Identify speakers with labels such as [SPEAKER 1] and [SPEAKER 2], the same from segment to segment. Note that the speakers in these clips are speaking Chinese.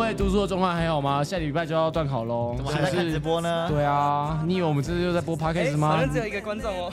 [SPEAKER 1] 哎住宿的状况还好吗？下礼拜就要断考喽，
[SPEAKER 2] 我
[SPEAKER 1] 是
[SPEAKER 2] 们还
[SPEAKER 1] 不
[SPEAKER 2] 在看直
[SPEAKER 1] 是？
[SPEAKER 2] 播呢。
[SPEAKER 1] 对啊，你以为我们这就在播 podcast
[SPEAKER 3] 哎好
[SPEAKER 1] 吗
[SPEAKER 3] 像？只有一个观众哦。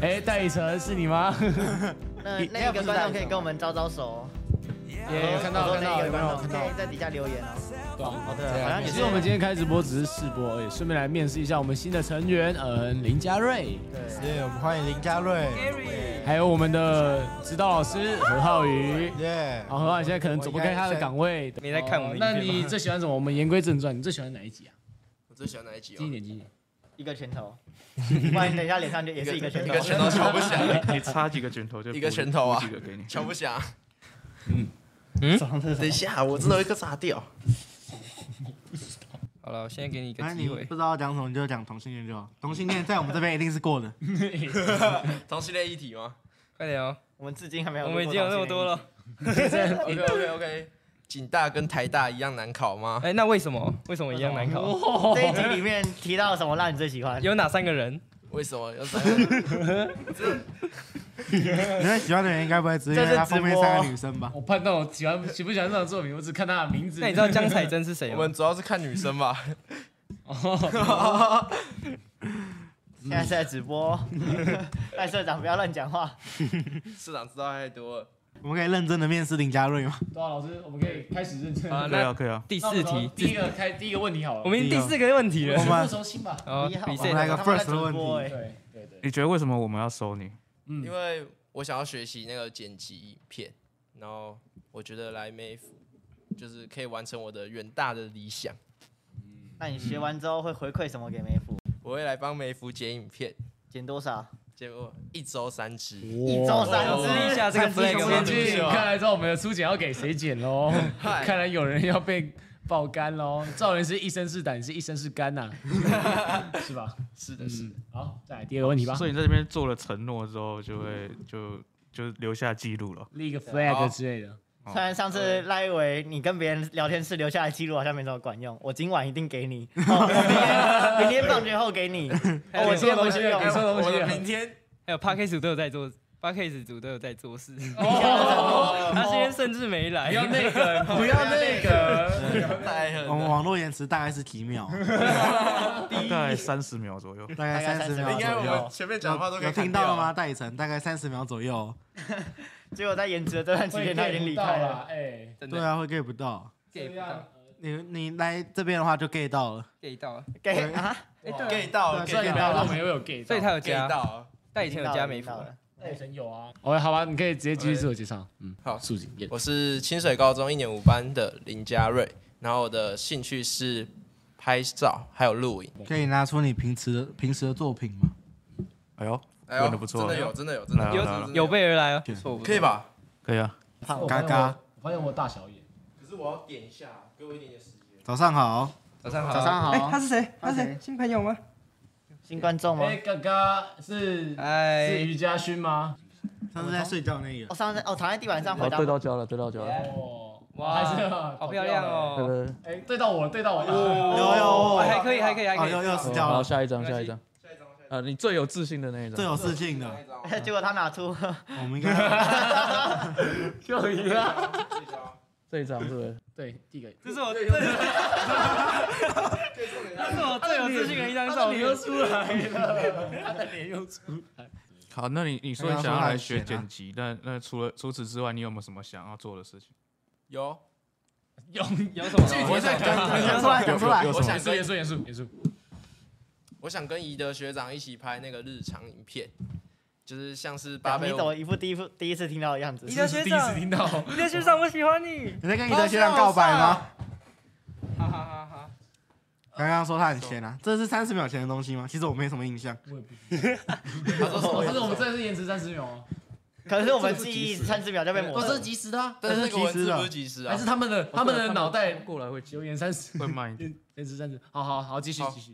[SPEAKER 1] 哎，戴以晨是你 吗？
[SPEAKER 2] 你
[SPEAKER 4] 那
[SPEAKER 2] 你
[SPEAKER 4] 那
[SPEAKER 2] 有
[SPEAKER 4] 个
[SPEAKER 2] 不
[SPEAKER 4] 观
[SPEAKER 2] 是
[SPEAKER 4] 众可以跟我们招招手，
[SPEAKER 1] 耶，哎有看到
[SPEAKER 2] 我
[SPEAKER 1] 看
[SPEAKER 2] 说那
[SPEAKER 1] 到
[SPEAKER 2] 个
[SPEAKER 1] 有没有看
[SPEAKER 2] 观
[SPEAKER 1] 到
[SPEAKER 2] 众可？以在底下留言哦。
[SPEAKER 1] 对啊
[SPEAKER 2] 哦，对啊，好像也
[SPEAKER 1] 其
[SPEAKER 2] 是
[SPEAKER 1] 实我们今天开直播只是试播而已，顺便来面试一下我们新的成员，嗯，林嘉瑞，
[SPEAKER 2] 对，
[SPEAKER 5] 耶，我们欢迎林嘉瑞，
[SPEAKER 3] Gary，
[SPEAKER 1] 还有我们的指导老师何浩宇。
[SPEAKER 5] 耶，
[SPEAKER 1] 好，何浩宇现在可能走不开他的岗位。
[SPEAKER 3] 你在看我们
[SPEAKER 1] 哦那
[SPEAKER 3] 影片吗
[SPEAKER 1] 你最喜欢什么？我们言归正传，你最喜欢哪一集啊？
[SPEAKER 6] 我最喜欢哪一集哦
[SPEAKER 1] 近一？点，近一 点。
[SPEAKER 2] 一个拳头，不然你等一下脸上就也是一个拳
[SPEAKER 6] 一
[SPEAKER 2] 头
[SPEAKER 6] 个。拳头敲不响，
[SPEAKER 7] 你 插几个拳头就
[SPEAKER 6] 一个拳头啊
[SPEAKER 7] 补几个给你。嗯
[SPEAKER 6] 敲不响。
[SPEAKER 5] 嗯
[SPEAKER 2] 手上这是
[SPEAKER 6] 等
[SPEAKER 2] 什么
[SPEAKER 6] 一下，我知道一个炸掉。
[SPEAKER 3] 好了，我现在给你一个
[SPEAKER 4] 那
[SPEAKER 3] 机
[SPEAKER 4] 你
[SPEAKER 3] 会
[SPEAKER 4] 不。知道讲什么就讲同性恋就好，同性恋在我们这边一定是过的。
[SPEAKER 6] 同性恋一体吗
[SPEAKER 3] 快点哦，
[SPEAKER 2] 哎我们至今还没有。
[SPEAKER 3] 我们已经有那么多。了。
[SPEAKER 6] ？OK OK OK，警大跟台大一样难考吗？
[SPEAKER 3] 哎，那为什么？为什么一样难考？
[SPEAKER 2] 这一集里面提到什么让你最喜 欢？
[SPEAKER 3] 有哪三个人？
[SPEAKER 6] 为什么？有什么？
[SPEAKER 4] 你会喜欢的人应该不会只是因为他封面三个女生吧？
[SPEAKER 1] 我判断我喜欢喜不喜欢这场作品，我只看他的名字。
[SPEAKER 3] 那你知道江彩珍是谁
[SPEAKER 6] 我
[SPEAKER 3] 吗
[SPEAKER 6] 们？主要是看女生吧。
[SPEAKER 2] 现在是在直播， 赖社长不要乱讲话。
[SPEAKER 6] 市长知道太多了。
[SPEAKER 4] 我们可以认真的面试林嘉瑞吗？
[SPEAKER 1] 对啊，老师，我们可以开始认真。
[SPEAKER 3] 啊，
[SPEAKER 7] 对
[SPEAKER 3] 那
[SPEAKER 7] 啊，可以啊。
[SPEAKER 3] 第
[SPEAKER 1] 那我
[SPEAKER 3] 四
[SPEAKER 1] 们从
[SPEAKER 3] 题，
[SPEAKER 1] 第一个开第一个问题好了。
[SPEAKER 3] 我们已经第四个问题了
[SPEAKER 4] 我。们
[SPEAKER 1] 熟悉吧？
[SPEAKER 3] 哦
[SPEAKER 2] 一号，
[SPEAKER 3] 比
[SPEAKER 4] 我
[SPEAKER 3] 赛
[SPEAKER 4] 们来
[SPEAKER 3] 的
[SPEAKER 4] 个
[SPEAKER 2] 他们在
[SPEAKER 4] first 的问
[SPEAKER 2] 直播欸
[SPEAKER 4] 题，
[SPEAKER 1] 对对对。
[SPEAKER 7] 你觉得为什么我们要收你？
[SPEAKER 1] 嗯
[SPEAKER 6] 因为我想要学习那个剪辑影片，然后我觉得来 MAF 就是可以完成我的远大的理想。
[SPEAKER 2] 那你学完之后会回馈什么给梅芙？
[SPEAKER 6] 我会来帮梅芙剪影片，
[SPEAKER 2] 减多少？
[SPEAKER 6] 结果一周三支。
[SPEAKER 2] 一周三
[SPEAKER 3] 立
[SPEAKER 2] 支。
[SPEAKER 3] 下这个 flag
[SPEAKER 1] 我
[SPEAKER 3] 吗
[SPEAKER 1] 们？去看来之后，我们的初剪要给谁剪喽？
[SPEAKER 6] 嗨
[SPEAKER 1] 看来有人要被爆肝喽。赵人是一身是胆，你是一身是肝呐，是吧？
[SPEAKER 6] 是的，是的。
[SPEAKER 1] 好，再来第二个问题吧
[SPEAKER 7] 所。以你在这边做了承诺之后，就会就就留下记录了。
[SPEAKER 1] 立一个
[SPEAKER 6] 好
[SPEAKER 1] flag 之类的。
[SPEAKER 2] 虽然上次赖以为你跟别人聊天室留下来记录好像没什么管用，我今晚一定给你，哦明天明天放学后给你。
[SPEAKER 3] 哎
[SPEAKER 2] 哦我
[SPEAKER 1] 给错东西了，
[SPEAKER 2] 今
[SPEAKER 1] 给
[SPEAKER 2] 天
[SPEAKER 1] 错东
[SPEAKER 6] 我
[SPEAKER 1] 西啊
[SPEAKER 6] 的
[SPEAKER 1] 了。
[SPEAKER 6] 明天
[SPEAKER 3] 还有 p a r k a s 哎组都有在做 p a r k a s 组都有在做事。
[SPEAKER 1] 哦
[SPEAKER 3] 他今天甚至没来
[SPEAKER 1] 不。要 那个，不要那个。
[SPEAKER 6] 太狠
[SPEAKER 4] 我们
[SPEAKER 6] 了，
[SPEAKER 4] 网络延迟大概是几 秒，
[SPEAKER 7] 大概三十秒左右。
[SPEAKER 4] 大概三十秒
[SPEAKER 6] 应该我
[SPEAKER 4] 左
[SPEAKER 6] 们
[SPEAKER 4] 右。
[SPEAKER 6] 前面讲的话都可以
[SPEAKER 4] 有
[SPEAKER 6] 砍
[SPEAKER 4] 听到
[SPEAKER 6] 掉
[SPEAKER 4] 了吗？？戴以晨，大概三十秒左右。
[SPEAKER 2] 结果在颜值的这段期间他已经离开了。。
[SPEAKER 1] 哎，
[SPEAKER 3] 真
[SPEAKER 4] 对
[SPEAKER 3] 的
[SPEAKER 4] 啊，会 get 不到。
[SPEAKER 3] ，get 不到哦
[SPEAKER 4] 你你来这边的话就 get 到了。
[SPEAKER 3] ，get 到。哎
[SPEAKER 2] 给啊，
[SPEAKER 6] 给到，
[SPEAKER 4] 对啊
[SPEAKER 6] 给
[SPEAKER 1] 呃然
[SPEAKER 6] 到，
[SPEAKER 1] 到没有有 gay，
[SPEAKER 3] 所以他有
[SPEAKER 6] 给
[SPEAKER 3] 加，
[SPEAKER 6] 到。
[SPEAKER 3] 但以前有加美服
[SPEAKER 2] 到
[SPEAKER 3] 啊。
[SPEAKER 2] 了。
[SPEAKER 1] 女神有啊。哦，好吧，你可以直接继续自我介绍。嗯，
[SPEAKER 6] 好
[SPEAKER 1] 素锦。耶
[SPEAKER 6] 我是清水高中一年五班的林嘉瑞，然后我的兴趣是拍照还有录影。
[SPEAKER 4] 可以拿出你平时的平时的作品吗？
[SPEAKER 7] 哎呦，
[SPEAKER 6] 哎呦
[SPEAKER 7] 问得不错
[SPEAKER 6] 真的有，真的有，真的
[SPEAKER 7] 来
[SPEAKER 6] 有
[SPEAKER 7] 啊来
[SPEAKER 6] 真
[SPEAKER 7] 啊
[SPEAKER 3] 有
[SPEAKER 6] 的
[SPEAKER 3] 有备而来啊，
[SPEAKER 4] 对
[SPEAKER 3] 不错不错
[SPEAKER 6] 可以？吧？
[SPEAKER 7] 可以啊。
[SPEAKER 4] 好嘎嘎。
[SPEAKER 1] 我发现我有大小眼。
[SPEAKER 6] 可是我要点一下，给我一点点时间。
[SPEAKER 4] 早上好，
[SPEAKER 3] 早上好，
[SPEAKER 2] 早上
[SPEAKER 3] 哎，他
[SPEAKER 2] 好，
[SPEAKER 3] 是谁？他是谁？新朋友吗？
[SPEAKER 2] 新观众吗？
[SPEAKER 1] 哎，嘎嘎是是
[SPEAKER 3] 哎，
[SPEAKER 1] 于家勋吗？
[SPEAKER 4] 上次在睡觉那个
[SPEAKER 2] 我。上次哦躺在地板上回答。
[SPEAKER 5] 焦了，对到焦。
[SPEAKER 1] 哦，
[SPEAKER 3] 哇
[SPEAKER 1] 还是
[SPEAKER 3] 好漂亮！哦！
[SPEAKER 1] 哎，对到我，对到我。
[SPEAKER 4] 有
[SPEAKER 1] 哦，
[SPEAKER 4] 有
[SPEAKER 3] 还可以，还可以，还
[SPEAKER 4] 哦，
[SPEAKER 3] 可以
[SPEAKER 4] 又。又死掉了，
[SPEAKER 5] 下一张
[SPEAKER 3] 下一张。
[SPEAKER 6] 下一张，下一
[SPEAKER 5] 呃，你最有自信的那一
[SPEAKER 4] 最。有事情的，
[SPEAKER 6] 张，
[SPEAKER 2] 结果他拿出，
[SPEAKER 4] 我们应该
[SPEAKER 1] 就一个。
[SPEAKER 6] 下一张。
[SPEAKER 5] 这一张是不是？
[SPEAKER 1] 对，第一个。
[SPEAKER 3] 这是我，这是这是我最有自信的一张照片。
[SPEAKER 1] 出来了，他的脸又出来。
[SPEAKER 7] 好，那你你说
[SPEAKER 4] 哎呀
[SPEAKER 7] 你想要
[SPEAKER 4] 说来
[SPEAKER 7] 来学
[SPEAKER 4] 剪啊
[SPEAKER 7] 剪辑，那那除了除此之外，你有没有什么想要做的事 情？
[SPEAKER 6] 有，
[SPEAKER 1] 有
[SPEAKER 3] 有什么？
[SPEAKER 6] 我想
[SPEAKER 4] 讲
[SPEAKER 6] 跟，
[SPEAKER 4] 出来，讲出来
[SPEAKER 7] 有。
[SPEAKER 6] 我
[SPEAKER 1] 严
[SPEAKER 6] 想
[SPEAKER 1] 肃，严
[SPEAKER 6] 跟，
[SPEAKER 1] 肃，严肃，严肃。
[SPEAKER 6] 我想跟宜德学长一起拍那个日常影片，就是像是八
[SPEAKER 2] 你
[SPEAKER 6] 倍
[SPEAKER 2] 怎么一副第一副第一次听到的样子？
[SPEAKER 3] 宜
[SPEAKER 1] 这
[SPEAKER 3] 德
[SPEAKER 1] 是
[SPEAKER 3] 学
[SPEAKER 1] 第一次
[SPEAKER 3] 长，
[SPEAKER 1] 听到。
[SPEAKER 3] 宜德学长，我喜欢你。
[SPEAKER 4] 你在跟你的学长告白吗？
[SPEAKER 3] 哈哈哈哈！
[SPEAKER 4] 刚刚说他很闲啊，这是三十秒前的东西吗？其实我没什么印象。
[SPEAKER 6] 他说什么？
[SPEAKER 1] 哦但是我们真的是延迟三十秒啊，
[SPEAKER 2] 可是我们记忆三十秒就被
[SPEAKER 1] 都
[SPEAKER 2] 抹
[SPEAKER 1] 是
[SPEAKER 2] 了。
[SPEAKER 1] 及时的啊，
[SPEAKER 6] 但是那个文字
[SPEAKER 4] 但
[SPEAKER 6] 不
[SPEAKER 4] 是
[SPEAKER 6] 是及时
[SPEAKER 1] 还
[SPEAKER 6] 啊
[SPEAKER 1] 是，他们的他们的脑袋
[SPEAKER 5] 过来会接。
[SPEAKER 1] 有延三十，
[SPEAKER 7] 会慢一点。
[SPEAKER 1] 延迟三十。好好好，继续
[SPEAKER 6] 好
[SPEAKER 1] 继续。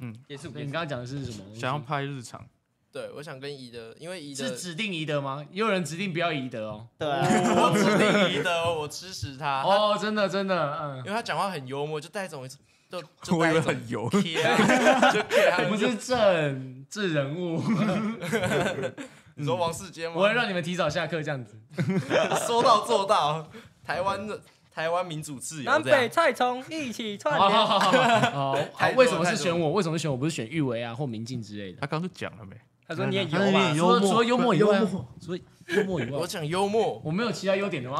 [SPEAKER 7] 嗯，
[SPEAKER 3] 结束
[SPEAKER 1] 所以你刚刚讲的是什么东西？
[SPEAKER 7] 想要拍日常，
[SPEAKER 6] 对，我想跟宜德，因为宜德
[SPEAKER 1] 是指定宜德吗？也有人指定不要宜德哦。
[SPEAKER 2] 对啊，
[SPEAKER 6] 我指定宜德，我支持
[SPEAKER 7] 啊
[SPEAKER 6] 他。他
[SPEAKER 1] 哦，真的真的，嗯
[SPEAKER 6] 因。为他讲话很幽默，就带一种就就
[SPEAKER 7] 我
[SPEAKER 6] 带
[SPEAKER 7] 以
[SPEAKER 6] 一
[SPEAKER 7] 为
[SPEAKER 6] 种
[SPEAKER 7] 很油。
[SPEAKER 6] 贴啊，就贴啊。
[SPEAKER 1] 我不是正治人 物，
[SPEAKER 6] 你
[SPEAKER 3] 嗯
[SPEAKER 6] 说 王世坚吗？
[SPEAKER 1] 我会让你们提早下课这样子。
[SPEAKER 6] 说到做到，台湾的台湾民主自由
[SPEAKER 3] 南
[SPEAKER 6] 这样
[SPEAKER 3] 北。菜虫一起 串
[SPEAKER 1] 好好
[SPEAKER 3] 联，
[SPEAKER 1] 好好好好好，
[SPEAKER 6] 太多
[SPEAKER 1] 为什么是
[SPEAKER 6] 太多
[SPEAKER 1] 选我？为什么是选我？不是选玉维啊或民进之类的？
[SPEAKER 7] 他刚刚就讲了没？
[SPEAKER 3] 他说你也
[SPEAKER 4] 他那
[SPEAKER 3] 有啊
[SPEAKER 4] 边
[SPEAKER 3] 嘛
[SPEAKER 4] 也？
[SPEAKER 1] 除了
[SPEAKER 4] 幽默，
[SPEAKER 1] 除了幽默以外啊
[SPEAKER 4] 幽默，
[SPEAKER 1] 除了幽默以
[SPEAKER 6] 我
[SPEAKER 1] 外，
[SPEAKER 6] 讲幽默，
[SPEAKER 1] 我没有其他优点的吗？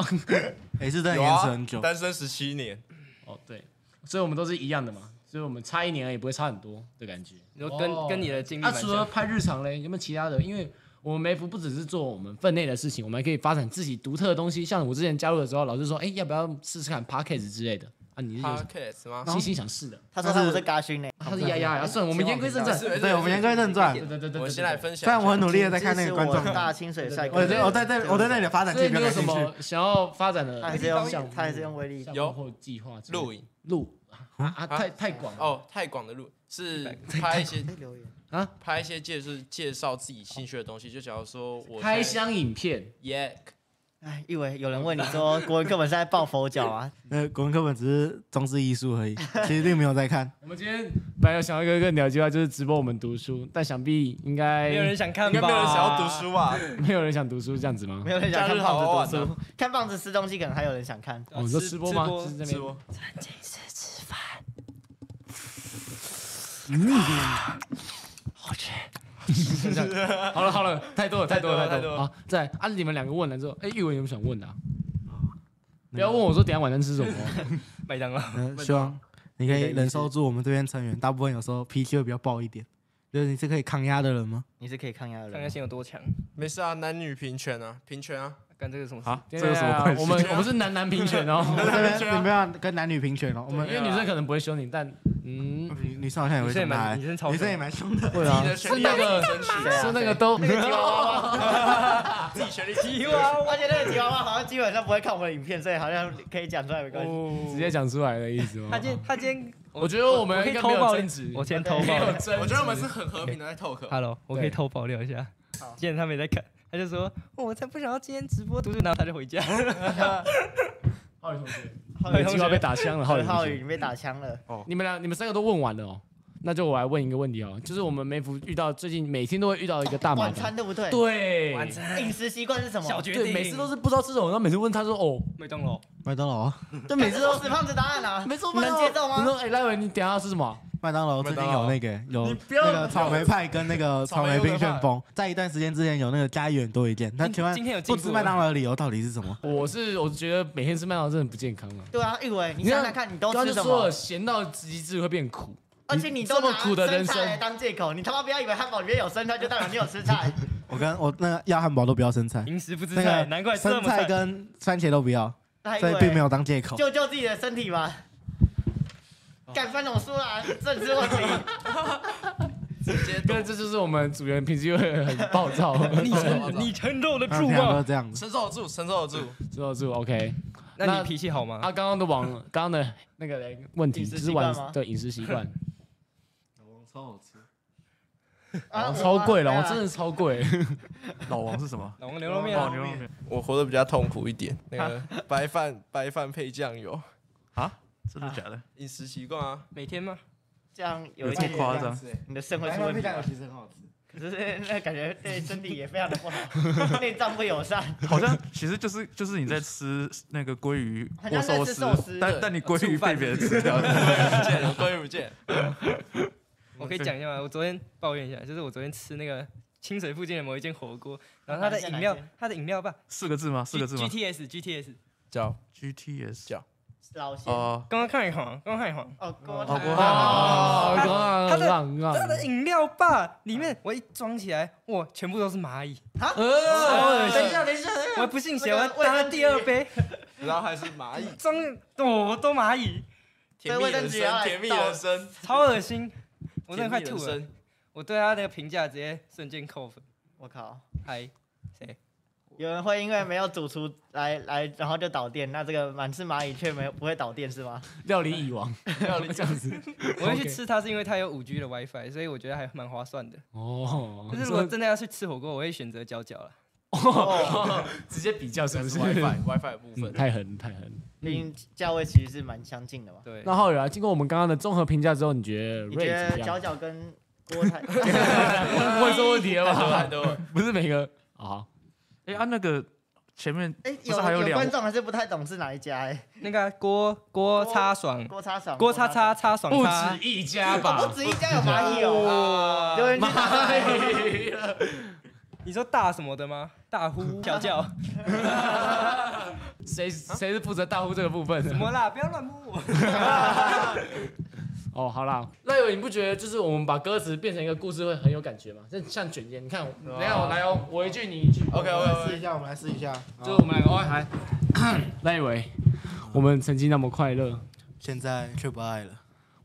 [SPEAKER 4] 也是在
[SPEAKER 6] 有
[SPEAKER 4] 延
[SPEAKER 6] 啊
[SPEAKER 4] 迟很久。
[SPEAKER 6] 单身十七年，
[SPEAKER 1] 哦，对，所以我们都是一样的嘛，所以我们差一年也不会差很多的感觉。
[SPEAKER 3] 你说跟
[SPEAKER 1] 哦
[SPEAKER 3] 跟你的经历
[SPEAKER 1] 那、
[SPEAKER 3] 蛮
[SPEAKER 1] 除了
[SPEAKER 3] 像，
[SPEAKER 1] 拍日常嘞，有没有其他的？因为我们梅福不只是做我们分内的事情，我们还可以发展自己独特的东西。像我之前加入的时候，老师说，哎、要不要试试看 podcast 之类的啊？你是有什
[SPEAKER 6] podcast 吗
[SPEAKER 1] 么？心心想试的？
[SPEAKER 2] 他说他不是嘎勋呢，
[SPEAKER 1] 啊他是丫丫呀，算了，我们言归正传。
[SPEAKER 6] 没事没事
[SPEAKER 4] 对，我们言归正传
[SPEAKER 6] 没
[SPEAKER 1] 对
[SPEAKER 6] 事
[SPEAKER 1] 对对对对，
[SPEAKER 6] 哎我先来分享一下。
[SPEAKER 4] 虽然我很努力的在看那
[SPEAKER 2] 支
[SPEAKER 4] 个
[SPEAKER 2] 持
[SPEAKER 4] 观众
[SPEAKER 2] 我，大清水帅哥，
[SPEAKER 4] 我在我在这我在那里的发展
[SPEAKER 1] 所
[SPEAKER 4] 计
[SPEAKER 1] 以你
[SPEAKER 4] 表
[SPEAKER 1] 有
[SPEAKER 4] 感
[SPEAKER 1] 什
[SPEAKER 4] 兴趣
[SPEAKER 1] 么。想要发展的
[SPEAKER 2] 他还是用
[SPEAKER 1] 项目？
[SPEAKER 2] 他还是用威力
[SPEAKER 1] 项目
[SPEAKER 6] 有
[SPEAKER 1] 或计划之类的
[SPEAKER 6] 录影
[SPEAKER 1] 录啊啊，太太广了
[SPEAKER 6] 哦，太广的录 是拍一些
[SPEAKER 2] 哎留言，
[SPEAKER 6] 拍一些介就是介绍自己兴趣的东西，就假如说我
[SPEAKER 1] 开箱影片，
[SPEAKER 6] 耶，
[SPEAKER 2] 哎，一伟有人问你说国文课本是在抱佛脚啊？
[SPEAKER 4] 呃，国文课本只是中式艺术而已，其实并没有在看。
[SPEAKER 1] 我们今天本来有想要一个更了解的话，就是直播我们读书，但想必应该
[SPEAKER 3] 没有人想看
[SPEAKER 6] 应
[SPEAKER 3] 吧？
[SPEAKER 6] 该没有人想要读，书 吧？
[SPEAKER 1] 没有人想读书这样子吗
[SPEAKER 2] 没？有人想看
[SPEAKER 6] 假日好好
[SPEAKER 2] 棒
[SPEAKER 6] 玩
[SPEAKER 2] 子读
[SPEAKER 1] 啊
[SPEAKER 2] 书，看棒子吃东西可能还有人想看。
[SPEAKER 1] 我们说吃播吗？
[SPEAKER 3] 吃
[SPEAKER 1] 是这
[SPEAKER 6] 是
[SPEAKER 1] 边
[SPEAKER 6] 不？
[SPEAKER 1] 好了好了，太多了太多了太
[SPEAKER 6] 太多
[SPEAKER 1] 多了。
[SPEAKER 6] 了
[SPEAKER 1] 好，再来啊，你们两个问了之后，哎，玉文有没有想问的啊？不要问我说等一下晚餐吃什么哦，
[SPEAKER 3] 麦当劳。
[SPEAKER 4] 嗯，希望你可以忍受住我们这边成员，大部分有时候脾气会比较暴一点。就是你是可以抗压的人吗？
[SPEAKER 2] 你是可以抗压的
[SPEAKER 3] 看看
[SPEAKER 2] 人，
[SPEAKER 3] 心有多强，
[SPEAKER 6] 没事啊，男女平权啊，平权啊，
[SPEAKER 3] 干这个什么事？
[SPEAKER 7] 啊， 这有什么关系？
[SPEAKER 1] 我们我们是男男平权哦，
[SPEAKER 4] 我们这
[SPEAKER 6] 啊
[SPEAKER 4] 边你们要跟男女平权哦。我
[SPEAKER 1] 我们
[SPEAKER 4] 们
[SPEAKER 1] 因为女生可能不会凶你，但嗯，
[SPEAKER 4] 女女生好像也
[SPEAKER 3] 女
[SPEAKER 4] 会
[SPEAKER 3] 生也
[SPEAKER 4] 凶他
[SPEAKER 3] 蛮，
[SPEAKER 4] 欸，
[SPEAKER 3] 女生超
[SPEAKER 4] 女生也
[SPEAKER 3] 强，
[SPEAKER 4] 蛮凶的。
[SPEAKER 5] 会
[SPEAKER 6] 自
[SPEAKER 5] 啊
[SPEAKER 6] 己，的权利
[SPEAKER 1] 是那个
[SPEAKER 6] 要自己争取
[SPEAKER 2] 对啊
[SPEAKER 1] 说那个都
[SPEAKER 2] 那个吉娃娃
[SPEAKER 6] 啊，自己权利自己争取
[SPEAKER 1] 啊
[SPEAKER 2] 而且那个吉娃娃好像基本上不会看我们的影片，所以好像可以讲出来没关系。
[SPEAKER 1] 直接讲出来的意思吗
[SPEAKER 3] 他？今天他今天，
[SPEAKER 1] 我觉得我们
[SPEAKER 3] 可
[SPEAKER 1] 应
[SPEAKER 3] 以
[SPEAKER 1] 该
[SPEAKER 3] 偷
[SPEAKER 1] 没有
[SPEAKER 3] 爆
[SPEAKER 1] 争执，
[SPEAKER 3] 我先偷
[SPEAKER 1] 没
[SPEAKER 3] 爆
[SPEAKER 1] 有
[SPEAKER 3] 料
[SPEAKER 1] 争执，
[SPEAKER 6] 我觉得我们是很和平的在 talk，啊
[SPEAKER 3] ，Hello，我可以偷爆料一下。今天他们也在看，他就说哦我才不想要今天直播读书，然后他就 回家。
[SPEAKER 1] 浩宇同学，
[SPEAKER 2] 浩
[SPEAKER 1] 你的
[SPEAKER 2] 宇
[SPEAKER 1] 计
[SPEAKER 2] 同
[SPEAKER 1] 划被
[SPEAKER 2] 学，
[SPEAKER 1] 打枪了，浩宇
[SPEAKER 2] 浩
[SPEAKER 1] 同
[SPEAKER 2] 浩
[SPEAKER 1] 学
[SPEAKER 2] 宇，。你被打枪了。
[SPEAKER 1] 你们俩，你们三个都问完了哦，那就我来问一个问题哦，就是我们梅福遇到最近每天都会遇到一个大麻
[SPEAKER 2] 晚
[SPEAKER 1] 烦，
[SPEAKER 2] 餐对不对？，
[SPEAKER 1] 对，啊
[SPEAKER 2] 饮食习惯是什么？
[SPEAKER 3] 小决定，
[SPEAKER 1] 对，每次都是不知道吃什么，然后每次问他说哦，
[SPEAKER 3] 麦当劳，
[SPEAKER 4] 麦当劳，啊
[SPEAKER 2] 就每次都死胖子答案啊，
[SPEAKER 1] 没错，
[SPEAKER 2] 你能接受
[SPEAKER 1] 你
[SPEAKER 2] 吗？
[SPEAKER 1] 说哎，赖伟，你等一下要吃什么啊？
[SPEAKER 4] 麦当劳最近有那个有
[SPEAKER 6] 你不要
[SPEAKER 4] 那个草莓派跟那个草莓冰旋风，在一段时间之前有那个家园多一件，但请问
[SPEAKER 3] 今天有进
[SPEAKER 4] 不
[SPEAKER 3] 步
[SPEAKER 4] 吃麦当劳的理由到底是什么？
[SPEAKER 1] 我是我觉得每天吃麦当劳真的不健康啊。
[SPEAKER 2] 对啊，玉伟，你
[SPEAKER 1] 你看
[SPEAKER 2] 想想看，你都
[SPEAKER 1] 刚刚
[SPEAKER 2] 吃
[SPEAKER 1] 就
[SPEAKER 2] 什
[SPEAKER 1] 说
[SPEAKER 2] 么
[SPEAKER 1] 了，？咸到极致会变苦，
[SPEAKER 2] 而且你都
[SPEAKER 1] 这
[SPEAKER 2] 拿
[SPEAKER 1] 么苦的人生
[SPEAKER 2] 生菜来当借口，你他妈不要以为汉堡里面有生菜就代表你有吃菜。
[SPEAKER 4] 我跟我那个要汉堡都不要生菜，
[SPEAKER 3] 零食不知
[SPEAKER 4] 那
[SPEAKER 3] 菜，
[SPEAKER 4] 个
[SPEAKER 3] 难怪这
[SPEAKER 4] 生
[SPEAKER 3] 么
[SPEAKER 4] 菜
[SPEAKER 3] 菜。
[SPEAKER 4] 跟番茄都不要，
[SPEAKER 2] 那
[SPEAKER 4] 所以
[SPEAKER 2] 玉伟
[SPEAKER 4] 并没有当借口。
[SPEAKER 2] 救救自己的身体吧。干翻总输啦，政治问题。
[SPEAKER 6] 直接
[SPEAKER 1] 因为这就是我们组员平时会很暴躁。
[SPEAKER 3] 你承你承受得
[SPEAKER 4] 他们
[SPEAKER 3] 住啊
[SPEAKER 4] 平常都
[SPEAKER 3] 吗
[SPEAKER 4] 是？这样子，
[SPEAKER 6] 承受得住，承受得住。
[SPEAKER 1] 知道住 OK。
[SPEAKER 3] 那你脾气好吗？
[SPEAKER 1] 啊，刚刚的网，刚刚的那个嘞问题
[SPEAKER 2] 饮食
[SPEAKER 1] 就是
[SPEAKER 2] 习惯
[SPEAKER 1] 晚
[SPEAKER 2] 吗
[SPEAKER 1] 对饮食习惯，
[SPEAKER 2] 啊
[SPEAKER 1] 哦超贵了，我真。
[SPEAKER 2] 啊
[SPEAKER 1] 的超贵。
[SPEAKER 7] 老王是什么？
[SPEAKER 3] 老王牛肉面
[SPEAKER 7] 老
[SPEAKER 3] 啊
[SPEAKER 7] 牛，肉面
[SPEAKER 6] 我活得比较痛苦一 点，那个白饭 白饭配酱油，
[SPEAKER 7] 啊？真的假的？
[SPEAKER 6] 饮食习惯啊，
[SPEAKER 3] 每天吗？
[SPEAKER 2] 这样有
[SPEAKER 7] 有
[SPEAKER 2] 一
[SPEAKER 7] 这
[SPEAKER 2] 点
[SPEAKER 7] 么夸张？
[SPEAKER 2] 你的肾会出问题吧，
[SPEAKER 4] 其实很好吃。
[SPEAKER 2] 可是那感觉对身体也非常的不好，内脏不友善。
[SPEAKER 7] 好像其实就是就是你在吃那个鲑 鱼
[SPEAKER 2] 好
[SPEAKER 7] 或
[SPEAKER 2] 像在
[SPEAKER 7] 寿
[SPEAKER 2] 吃
[SPEAKER 7] 司
[SPEAKER 2] 寿司，
[SPEAKER 7] 但
[SPEAKER 6] 对
[SPEAKER 7] 但你鲑鱼
[SPEAKER 3] 醋饭
[SPEAKER 7] 被别人吃 掉了。
[SPEAKER 6] 不见了，归不见。
[SPEAKER 3] 我可以讲一下吗？我昨天抱怨一下，就是我昨天吃那个清水附近的某一间火锅，然后它的饮料
[SPEAKER 2] 哪一间哪一间，
[SPEAKER 3] 它的饮料吧，
[SPEAKER 7] 四个字吗？四个字
[SPEAKER 3] G
[SPEAKER 7] 吗
[SPEAKER 3] T S G T S，
[SPEAKER 6] 叫
[SPEAKER 7] ？GTS
[SPEAKER 2] 老谢哦，
[SPEAKER 7] 哦，
[SPEAKER 3] 刚刚看一行，啊刚刚看一行，
[SPEAKER 2] 郭
[SPEAKER 7] 好
[SPEAKER 2] 台
[SPEAKER 7] 郭
[SPEAKER 1] 哦，
[SPEAKER 3] 他
[SPEAKER 1] 浪
[SPEAKER 3] 他的
[SPEAKER 1] 浪
[SPEAKER 3] 它的
[SPEAKER 1] 浪，
[SPEAKER 3] 饮料吧里面我一装起来，哇，全部都是蚂蚁，哎
[SPEAKER 1] 呃，
[SPEAKER 2] 等一下，等一下，等一
[SPEAKER 3] 我
[SPEAKER 2] 下，
[SPEAKER 3] 还不信邪，
[SPEAKER 2] 那个
[SPEAKER 3] 我还
[SPEAKER 2] 卫
[SPEAKER 3] 打了
[SPEAKER 2] 生
[SPEAKER 3] 第二
[SPEAKER 2] 纸
[SPEAKER 3] 杯，
[SPEAKER 6] 然后还是蚂蚁，
[SPEAKER 3] 装哦都蚂蚁，
[SPEAKER 6] 甜蜜人
[SPEAKER 2] 所以卫生纸要
[SPEAKER 6] 生，
[SPEAKER 2] 来
[SPEAKER 6] 甜蜜人生，
[SPEAKER 3] 超恶心，我
[SPEAKER 6] 甜
[SPEAKER 3] 真的快
[SPEAKER 6] 蜜人
[SPEAKER 3] 吐了，
[SPEAKER 6] 生。
[SPEAKER 3] 我对它那个评价直接瞬间扣分，
[SPEAKER 2] 我靠，
[SPEAKER 3] 嗨，
[SPEAKER 2] 有人会因为没有主厨来来，然后就导电，那这个满是蚂蚁却没有不会导电是吗？
[SPEAKER 1] 料理蚁王，料理这样子。
[SPEAKER 3] 我会
[SPEAKER 1] OK
[SPEAKER 3] 去吃它是因为它有五 G 的 WiFi，所以我觉得还蛮划算的。
[SPEAKER 1] 哦，
[SPEAKER 3] 可是如果真的要去吃火锅，我会选择角角了。
[SPEAKER 1] 直接比较是不
[SPEAKER 6] 这
[SPEAKER 1] 是
[SPEAKER 6] 是 WiFi WiFi 的部
[SPEAKER 1] 嗯
[SPEAKER 6] 分，
[SPEAKER 1] 太狠太狠。
[SPEAKER 2] 毕竟价位其实是蛮相近的嘛。
[SPEAKER 3] 对，
[SPEAKER 1] 那浩宇啊，经过我们刚刚的综合评价之后，你觉得
[SPEAKER 2] 你
[SPEAKER 1] Ray
[SPEAKER 2] 觉得
[SPEAKER 1] 怎么
[SPEAKER 2] 角
[SPEAKER 1] 样？
[SPEAKER 2] 角跟郭台？
[SPEAKER 1] 问这问题了
[SPEAKER 6] 太多太
[SPEAKER 1] 吧？
[SPEAKER 6] 多了，
[SPEAKER 1] 不是每个啊，
[SPEAKER 7] 哎啊，那个前面
[SPEAKER 2] 哎、
[SPEAKER 7] 不
[SPEAKER 2] 有
[SPEAKER 7] 是还
[SPEAKER 2] 有
[SPEAKER 7] 两
[SPEAKER 2] 观众还是不太懂是哪一家哎、
[SPEAKER 3] 那个啊郭郭叉爽，
[SPEAKER 2] 郭叉爽，
[SPEAKER 3] 郭叉叉叉爽
[SPEAKER 1] 不
[SPEAKER 3] 叉，
[SPEAKER 1] 止一家
[SPEAKER 2] 哦，
[SPEAKER 1] 吧
[SPEAKER 2] 不？止一家有
[SPEAKER 3] 哎
[SPEAKER 2] 蚂 蚁哦，
[SPEAKER 6] 啊
[SPEAKER 2] 留言区打 开
[SPEAKER 3] 你说大什么的吗？大呼小叫
[SPEAKER 1] 谁谁是负责大呼这个部分的
[SPEAKER 3] 怎？么啦？不要乱摸我。
[SPEAKER 1] 哦，好啦，那有你不觉得就是我们把歌词变成一个故事会很有感觉吗？像像卷烟，你看，等一下我来哦，我一句你一句
[SPEAKER 6] OK
[SPEAKER 4] 我
[SPEAKER 6] OK
[SPEAKER 4] 们来试
[SPEAKER 6] OK，
[SPEAKER 4] 一下，我们来试一下，
[SPEAKER 1] 就是我们两个哦 来，那以为我们曾经那么快乐，
[SPEAKER 4] 现在却不爱了。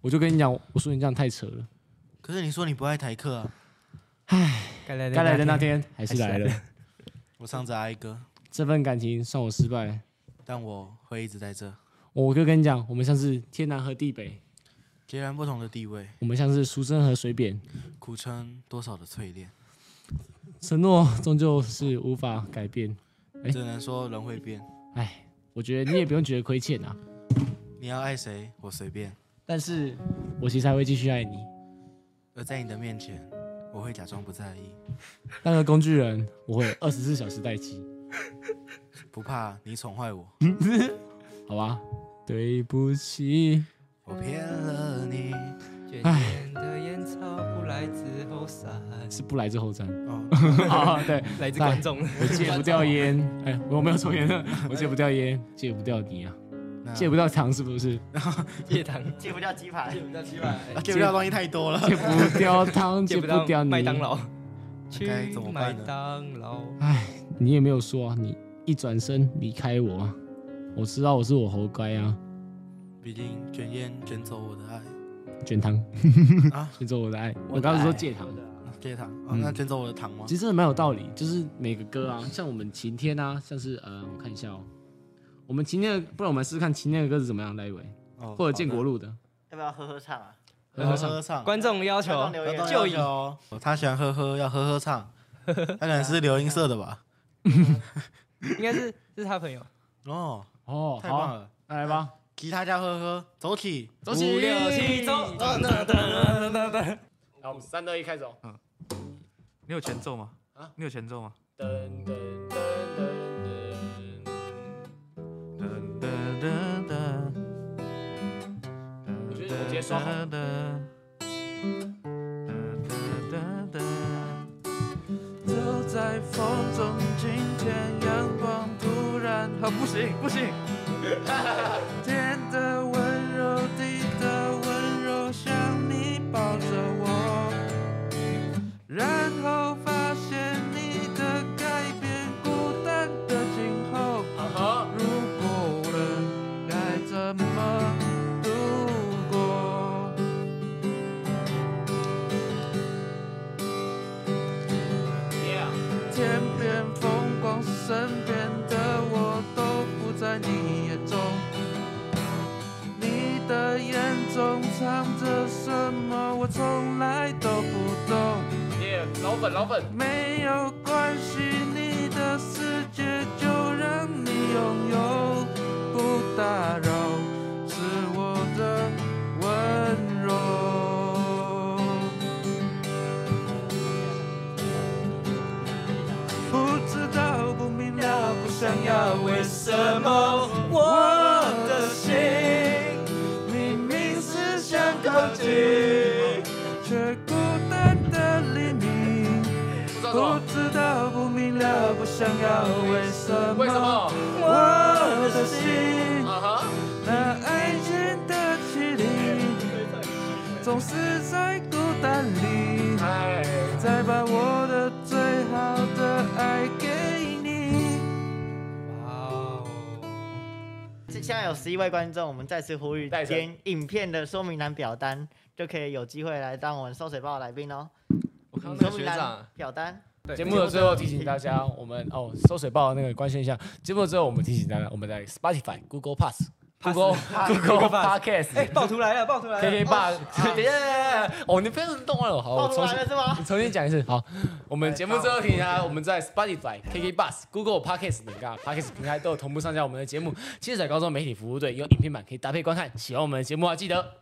[SPEAKER 1] 我就跟你讲，我说你这样太扯了。
[SPEAKER 4] 可是你说你不爱台客啊，
[SPEAKER 3] 该来
[SPEAKER 1] 该来的那天还是来
[SPEAKER 3] 还是
[SPEAKER 1] 了，
[SPEAKER 4] 我唱着哀歌，
[SPEAKER 1] 这份感情算我失败了。
[SPEAKER 4] 但我会一直在这，
[SPEAKER 1] 我就跟你讲，我们像是天南和地北，
[SPEAKER 4] 截然不同的地位，
[SPEAKER 1] 我们像是书生和水扁，
[SPEAKER 4] 苦撑多少的淬炼，
[SPEAKER 1] 承诺终究是无法改变。哎
[SPEAKER 4] 只能说人会变。
[SPEAKER 1] 哎，我觉得你也不用觉得亏欠啊，
[SPEAKER 4] 你要爱谁，我随便。
[SPEAKER 1] 但是我其实还会继续爱你。
[SPEAKER 4] 而在你的面前，我会假装不在意，
[SPEAKER 1] 当个工具人，我会二十四小时待机，
[SPEAKER 4] 不怕你宠坏我。
[SPEAKER 1] 好吧？对不起，
[SPEAKER 4] 我骗了你。
[SPEAKER 3] 卷卷的烟草不来自后山，
[SPEAKER 1] 是不来之后站。
[SPEAKER 4] 哦，
[SPEAKER 1] 啊，对，
[SPEAKER 3] 来自观众。
[SPEAKER 1] 我戒不掉烟， 哎，我没有抽烟 的，我戒不掉烟，戒不掉你啊，
[SPEAKER 4] 那
[SPEAKER 1] 戒不掉糖是不是？
[SPEAKER 3] 夜堂，
[SPEAKER 2] 戒不掉鸡排，
[SPEAKER 3] 那起码
[SPEAKER 4] 啊戒不掉东西太多了。
[SPEAKER 1] 戒不掉糖， 戒
[SPEAKER 3] 见
[SPEAKER 1] 不
[SPEAKER 3] 到
[SPEAKER 1] 掉你。
[SPEAKER 3] 麦当 劳，
[SPEAKER 4] 那
[SPEAKER 3] 去
[SPEAKER 4] 该怎么
[SPEAKER 3] 麦
[SPEAKER 4] 办呢
[SPEAKER 3] 当劳。
[SPEAKER 1] 你也没有说啊，你一转身离开我啊，我知道我是我活该啊，
[SPEAKER 4] 毕竟卷烟卷走我的爱，
[SPEAKER 1] 卷 糖
[SPEAKER 4] 啊，
[SPEAKER 1] 卷走我的爱。我刚刚说戒糖，啊
[SPEAKER 4] 戒糖。哦，
[SPEAKER 1] 嗯
[SPEAKER 4] 那卷走我的糖吗？
[SPEAKER 1] 其实真的蛮有道理，就是每个歌啊，像我们晴天啊，像是呃，我看一下哦，我们晴天的，不然我们来试试看晴天的歌是怎么样，来一位，
[SPEAKER 4] 哦
[SPEAKER 1] 或者建国
[SPEAKER 4] 路
[SPEAKER 1] 路的，
[SPEAKER 2] 要不要喝喝唱啊？
[SPEAKER 1] 合合
[SPEAKER 4] 呵
[SPEAKER 1] 唱
[SPEAKER 4] 呵唱。
[SPEAKER 3] 观众要求
[SPEAKER 2] 观众留言
[SPEAKER 3] 就以
[SPEAKER 4] 有哦，他喜欢呵呵，要呵呵 唱。他可能是流音社的吧？
[SPEAKER 3] 应该是这是他朋友，
[SPEAKER 4] 哦，
[SPEAKER 1] 哦，
[SPEAKER 4] 太棒
[SPEAKER 1] 好，
[SPEAKER 4] 了！
[SPEAKER 1] 那来吧，
[SPEAKER 4] 吉他加呵呵，走起！
[SPEAKER 1] 走起，
[SPEAKER 3] 五六七走，
[SPEAKER 1] 好，我们三二一，开始哦，
[SPEAKER 7] 你有前奏吗？
[SPEAKER 1] 啊
[SPEAKER 7] 你有前奏吗？
[SPEAKER 1] 噔噔噔噔噔，
[SPEAKER 7] 噔噔噔噔。
[SPEAKER 1] 我觉得我直接刷好了
[SPEAKER 7] 噔噔噔噔噔走在风中，今天阳光突然……啊，不行不行！天的温柔，地的温柔，像你抱着我，然后发现你的改变，孤单的今后。
[SPEAKER 1] 啊哈，
[SPEAKER 7] 如果我们该怎么度过？天边风光，身边的我都不在你眼中，你的眼中藏着什么？我从来都不懂。
[SPEAKER 1] 耶，老粉老粉，
[SPEAKER 7] 没有关系，你的世界就让你拥有，不打扰是我的温柔。不知道，不明了，不想要，为什么我的心明明是想靠近，却孤单的黎明。不知道，不明了，不想要，为什么？
[SPEAKER 1] 为什么？
[SPEAKER 7] 我的心，
[SPEAKER 1] 啊哈。
[SPEAKER 7] 那爱情的绮丽，总是在孤单里，
[SPEAKER 1] 哎，
[SPEAKER 7] 再把我的最好的爱给你。
[SPEAKER 3] 哇哦！
[SPEAKER 2] 这现在有十一位观众，我们再次呼吁
[SPEAKER 1] 带着
[SPEAKER 2] 点影片的说明栏表单，就可以有机会来当我们收水报的来宾哦。
[SPEAKER 6] 我看到那
[SPEAKER 2] 说
[SPEAKER 6] 个
[SPEAKER 2] 明
[SPEAKER 6] 学
[SPEAKER 2] 栏
[SPEAKER 6] 长，
[SPEAKER 2] 表单，
[SPEAKER 3] 对
[SPEAKER 1] 节目的最后提醒大家，我们哦收水报那个关心一下。节目的最后我们提醒大家，我们在 Spotify、Google Pass、Google Google Podcast、
[SPEAKER 3] 哎，暴徒来了，暴徒来
[SPEAKER 1] K
[SPEAKER 3] 了！
[SPEAKER 1] K 霸， 等一下，哦，你不要动了，好，我
[SPEAKER 2] 爆出
[SPEAKER 1] 重
[SPEAKER 2] 来
[SPEAKER 1] 新
[SPEAKER 2] 了是吗？
[SPEAKER 1] 重新讲一次。好，我们节目最后提醒大家，我们在 Spotify、KK Bus、Google Podcast 等各 Podcast 平台都有同步上架我们的节目。七彩高中媒体服务队有影片版可以搭配观看。喜欢我们的节目啊，记得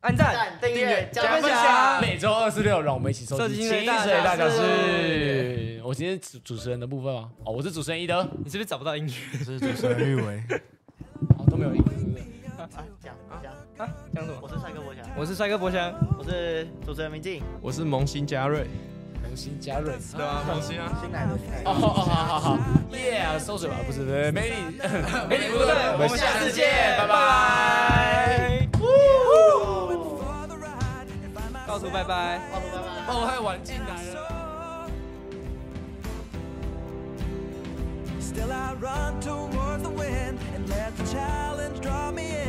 [SPEAKER 3] 按赞、
[SPEAKER 2] 赞订阅加
[SPEAKER 3] 加
[SPEAKER 2] 分
[SPEAKER 3] 分
[SPEAKER 2] 享。
[SPEAKER 3] 享。
[SPEAKER 1] 每周二四六，让我们一起收
[SPEAKER 3] 收
[SPEAKER 1] 集
[SPEAKER 3] 集
[SPEAKER 1] 清
[SPEAKER 3] 清
[SPEAKER 1] 水
[SPEAKER 3] 水
[SPEAKER 1] 大
[SPEAKER 3] 大
[SPEAKER 1] 小
[SPEAKER 3] 小
[SPEAKER 1] 事。我今天主主持人的部分吗？哦，我是主持人一德，
[SPEAKER 3] 你是不是找不到音乐？
[SPEAKER 4] 我是主持人玉伟，
[SPEAKER 1] 哦都没有一个
[SPEAKER 2] 啊，讲讲，
[SPEAKER 3] 啊，讲什么？
[SPEAKER 2] 我是帅哥博翔，
[SPEAKER 3] 我是帅哥博翔，
[SPEAKER 2] 我是主持人明静，
[SPEAKER 6] 我是萌新嘉瑞，
[SPEAKER 1] 萌新加瑞。
[SPEAKER 6] 对啊，萌新啊，
[SPEAKER 2] 新来的，新来
[SPEAKER 1] 哦，
[SPEAKER 2] 的。
[SPEAKER 1] 好好好好，Yeah，收水吧，不是，不是美女，
[SPEAKER 3] 美哎女不断，我们下次见，拜拜。告诉拜拜。
[SPEAKER 2] 好拜拜。
[SPEAKER 1] 哦，还有晚进来了。
[SPEAKER 8] Still I run toward the wind and let the challenge draw me in.